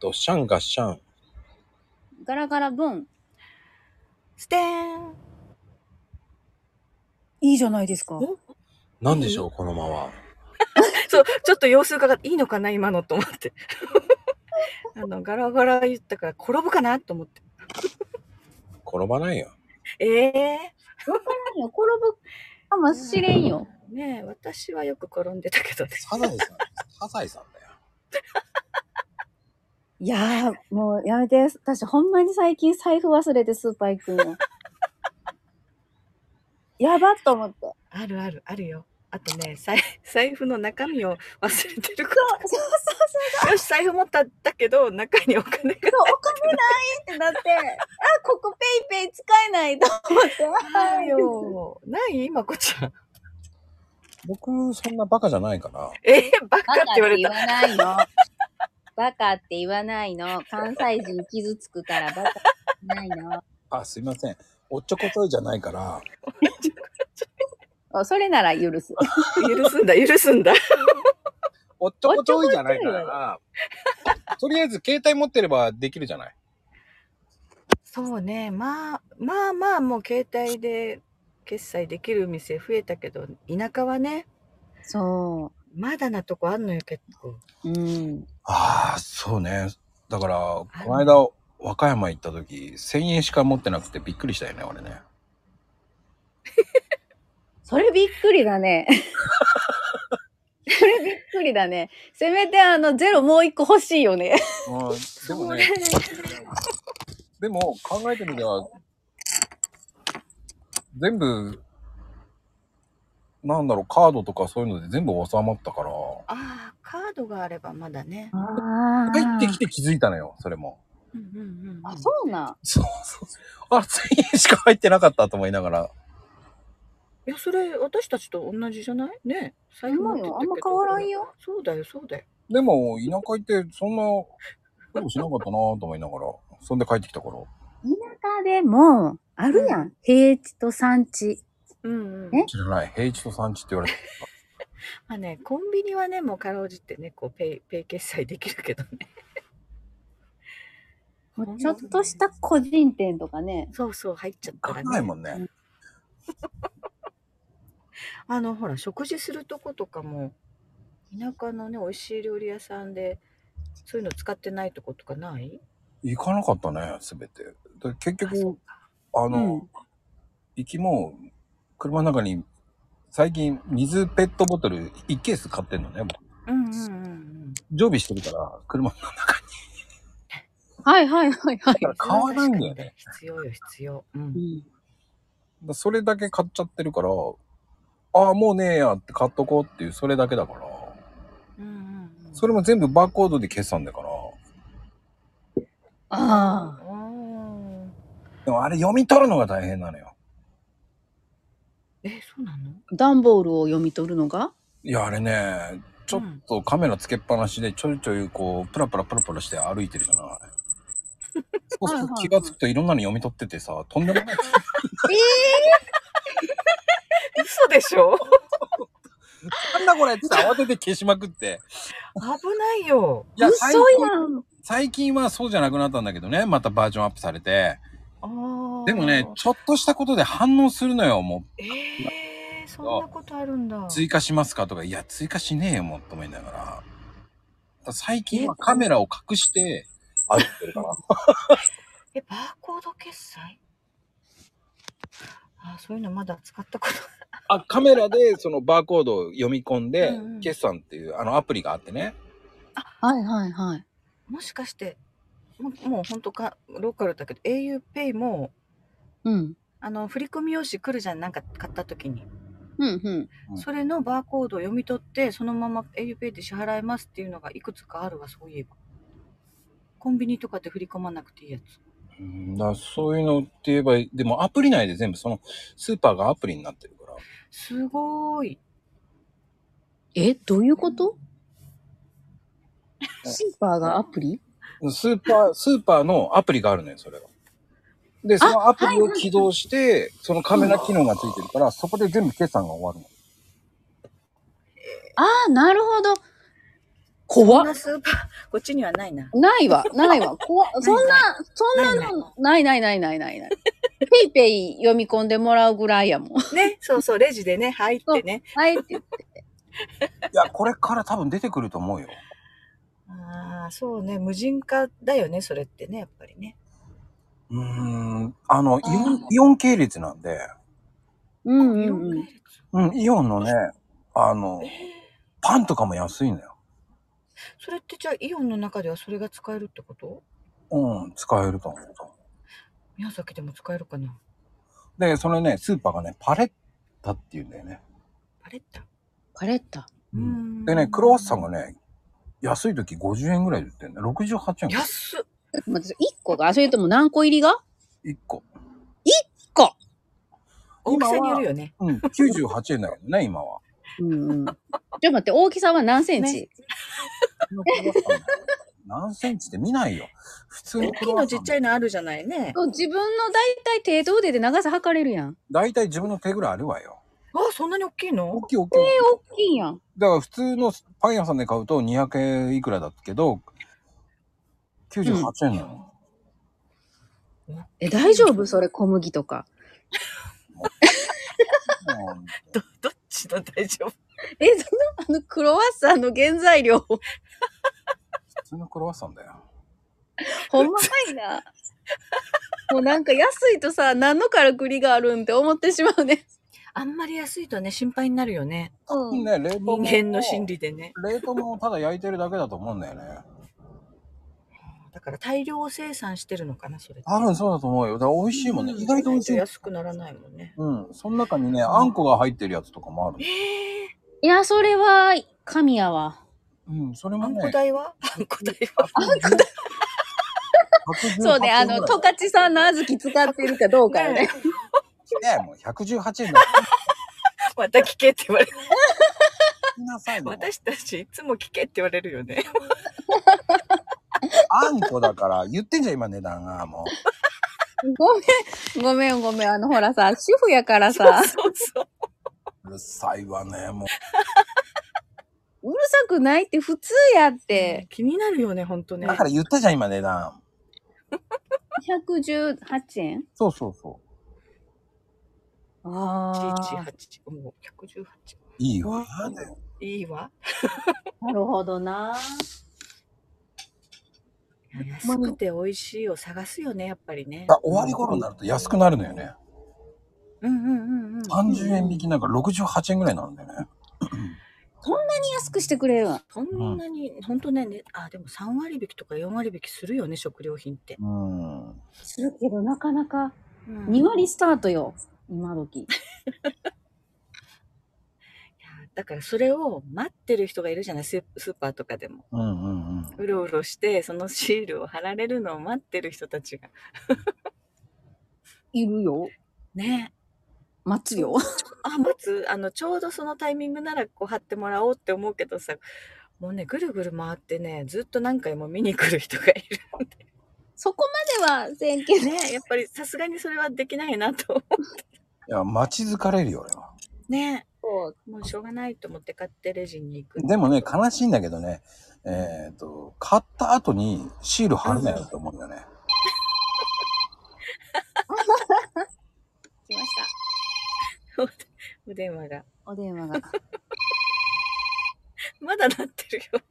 と、シャンガシャン。ガラガラブン。ステーンいいじゃないですか。おなんでしょう、この間は。そう、ちょっと様子伺っていいのかな今のと思って。 あの、ガラガラ言ったから転ぶかなと思って。転ばないよ。ええ転ぶかもしれんよ。ー、ねえ、私はよく転んでたけどね。サザエ さん。サザエさんだよ。いやー、もうやめて。私、ほんまに最近財布忘れてスーパー行くんよ。 やばっと思って。あるある、あるよ。あとね、財財布の中身を忘れてるこそうそうそうと。よし、財布持ったんだけど、中にお金が。そう、お金ないってなって、あ、ここペイペイ使えないと思って。ないよ。ない今こ ちゃん。僕、そんなバカじゃないから。えー、ババカカってって言われ言た。わないの。バカって言わないの。関西人傷つくからバカって言わないの。あ、すいません。おっちょこちょいじゃないから、 あそれなら許す。許すんだ、許すんだ。おっちょこちょいじゃないから、とりあえず携帯持ってればできるじゃない。そうね、まあ、まあまあ、もう携帯で決済できる店増えたけど、田舎はね、そまだなとこあんのよ、結構。う。うん。ああ、そうね。だから、この間、和歌山行った時、1000円しか持ってなくてびっくりしたよね、俺ね。それびっくりだね。それびっくりだね。せめてあの、ゼロもう一個欲しいよね。うん、でもそうねね、。でも考えてみれば、全部、なんだろう、カードとかそういうので全部収まったから、ああ、カードがあればまだね。あ入ってきて気づいたのよ、それも。うんうんうん。あ、そうなん。そうそう。あ、1000円しか入ってなかったと思いながら。いや、それ、私たちと同じじゃないね。財布持今ってったよ。あけんどま変わらん。よ。そうだよ、そうだよ。でも、田舎行って、そんな、苦労しなかったなぁと思いながら、そんで帰ってきたから。田舎でも、あるやん。平地と山地。うんうん。え知らない、平地と山地って言われて。 まあね、コンビニはね、もうかろうじてね、こう、ペイ、ペイ決済できるけどね。もうちょっとした個人店とかね。そうそう、入っちゃったわからんないね。もんね。あの、ほら、食事するとことかも、田舎のね、美味しい料理屋さんで、そういうの使ってないとことかない行かなかったね、すべて。で結あそう局、あの、うん行きも、車の中に、最近、水ペットボトル1ケース買ってんのね。もううんうんうんうん。常備してるから、車の中に。はいはいはいはだい。から買わないんだよね。必要よ、必要。うん。だからそれだけ買っちゃってるから、ああ、もうねえやって買っとこうっていう、それだけだから。うんうんうん、それも全部バーコードで決算だから。ああ。あでもあれ読み取るのが大変なのよ。ーえそうなの段ボールを読み取るのがいや、あれね、ちょっとカメラつけっぱなしでちょいちょいこう、プラプラプラプラして歩いてるじ ゃない。そうすると気がつくといろんなの読み取っててさ、とんでも ない。嘘でしょなんだこれって慌てて消しまくって。危ないよいや、嘘最近やん。最近はそうじゃなくなったんだけどね、またバージョンアップされて。あーでもね、ちょっとしたことで反応するのよ、もえー、そんなことあるんだう。追加しますかとか、いや、追加しねえよ、もうと思いながら。だから最近はカメラを隠して歩いてるから。えバーコード決済あーそういうのまだ使ったことあ、カメラでそのバーコードを読み込んでうんうん、決算っていうあのアプリがあってね。はいはいはい。もしかしてもうもう本当かローカルだけど auPay もうん。あの振込用紙来るじゃんなんか買った時にうんうん。うんそれのバーコードを読み取ってそのまま auPay で支払いますっていうのがいくつかあるわそういえばコンビニとかで振り込まなくていいやつうんだからそういうのって言えば、でもアプリ内で全部そのスーパーがアプリになってるから。すごーいえ、どういうことスーパーがアプリスーパー、スーパーのアプリがあるのよ、それが。で、そのアプリを起動して、そのカメラ機能がついてるから、そこで全部決算が終わるの。ああ、なるほど。怖こんっなスーパー、 こっちにはないな。ないわ、ないわ。 怖っそんな、そんなの、ないないないないないない。ペイペイ読み込んでもらうぐらいやもん。ね、そうそう、レジでね、入ってね。はいって言って。いや、これから多分出てくると思うよ。ああ、そうね、無人化だよね、それってね、やっぱりね。うーん、あの、イオあーン、イオン系列なんで、うんうんうん。うん、イオンのね、あの、パンとかも安いのよ。それってじゃあ、イオンの中ではそれが使えるってことうん、使えると思う。宮崎でも使えるかなで、それね、スーパーがね、パレッタっていうんだよね。パレッタ。パレッタ。うんでね、クロワッサンがね、安い時50円ぐらいで売ってんだよ。68円。安っ待って、1個が、それとも何個入りが1個。大きさによるよね。うん、98円だけどね、今 は。うんうん。ちょっと待って、大きさは何センチ、ね何センチって見ないよ。普通大のきいのちっちゃい。いのあるじゃないね。そう自分の大体手と腕で長さ測れるやん。大体自分の手ぐらいあるわよ。あ、そんなに大きいの大きい大きい。大きいやん。だから普通のパン屋さんで買うと200円いくらだったけど、98円なの。え、大丈夫それ、小麦とか。うんど、どっちの大丈夫え、その、あの、クロワッサンの原材料、普通のクロワッサンだよ。ほんまかいな。もうなんか安いとさ、何のからくりがあるんって思ってしまうね。あんまり安いとね、心配になるよね。うん。ね、冷凍も人間の心。理でね。冷凍もただ焼いてるだけだと思うんだよね。だから大量生産してるのかな、それって。多分そうだと思うよ。だから美味しいもんね。意外と美味しい。安くならないもんね。うん。その中にね、あんこが入ってるやつとかもあるえ。えいや、それは、神やわ。うん、それあもんね。こ代はあんこ代は118そうね、あ円の、ぐらい十勝さんの小豆使ってるかどうかよね。ねもう118円だ。また聞けって言われる。聞きなさいよ。私たちいつも聞けって言われるよね。あんこだから、言ってんじゃん、今値段が、もう。ごめん、ごめん、ごめん。あの、ほらさ、主婦やから さ、そうそう。うるさいわね、もう。うるさくないって普通やって。気になるよね、ほんとねだ。から言ったじゃん、今値段。 118円そうそうそう。ああ、 118、もう118。いいわ。いいわ。なるほどな。安くて美味しいを探すよね、やっぱりね。だ終わり頃になると安くなるのよね。うんうんうんうん。 30円引きなんか68円ぐらいなんだよね。安くしてくれるわ。そんなに、ほんとね、ねあ、でも3割引きとか4割引きするよね、食料品って。うん。するけど、なかなかうん2割スタートよ。今時。だからそれを待ってる人がいるじゃないスースーパーとかでもうんうんうん。うろうろしてそのシールを貼られるのを待ってる人たちがいるよ。ね待つよ。あ待つあのちょうどそのタイミングならこう貼ってもらおうって思うけどさもうねぐるぐる回ってねずっと何回も見に来る人がいそこまではせんけるど。ねやっぱりさすがにそれはできないなといや、待ち疲れるよ、俺は。ねもうしょうがないと思って買ってレジに行くでもね、悲しいんだけどね、えっ、と、買った後にシール貼るなよって思うんだよね。来ました。お電話がお電話が。まだなってるよ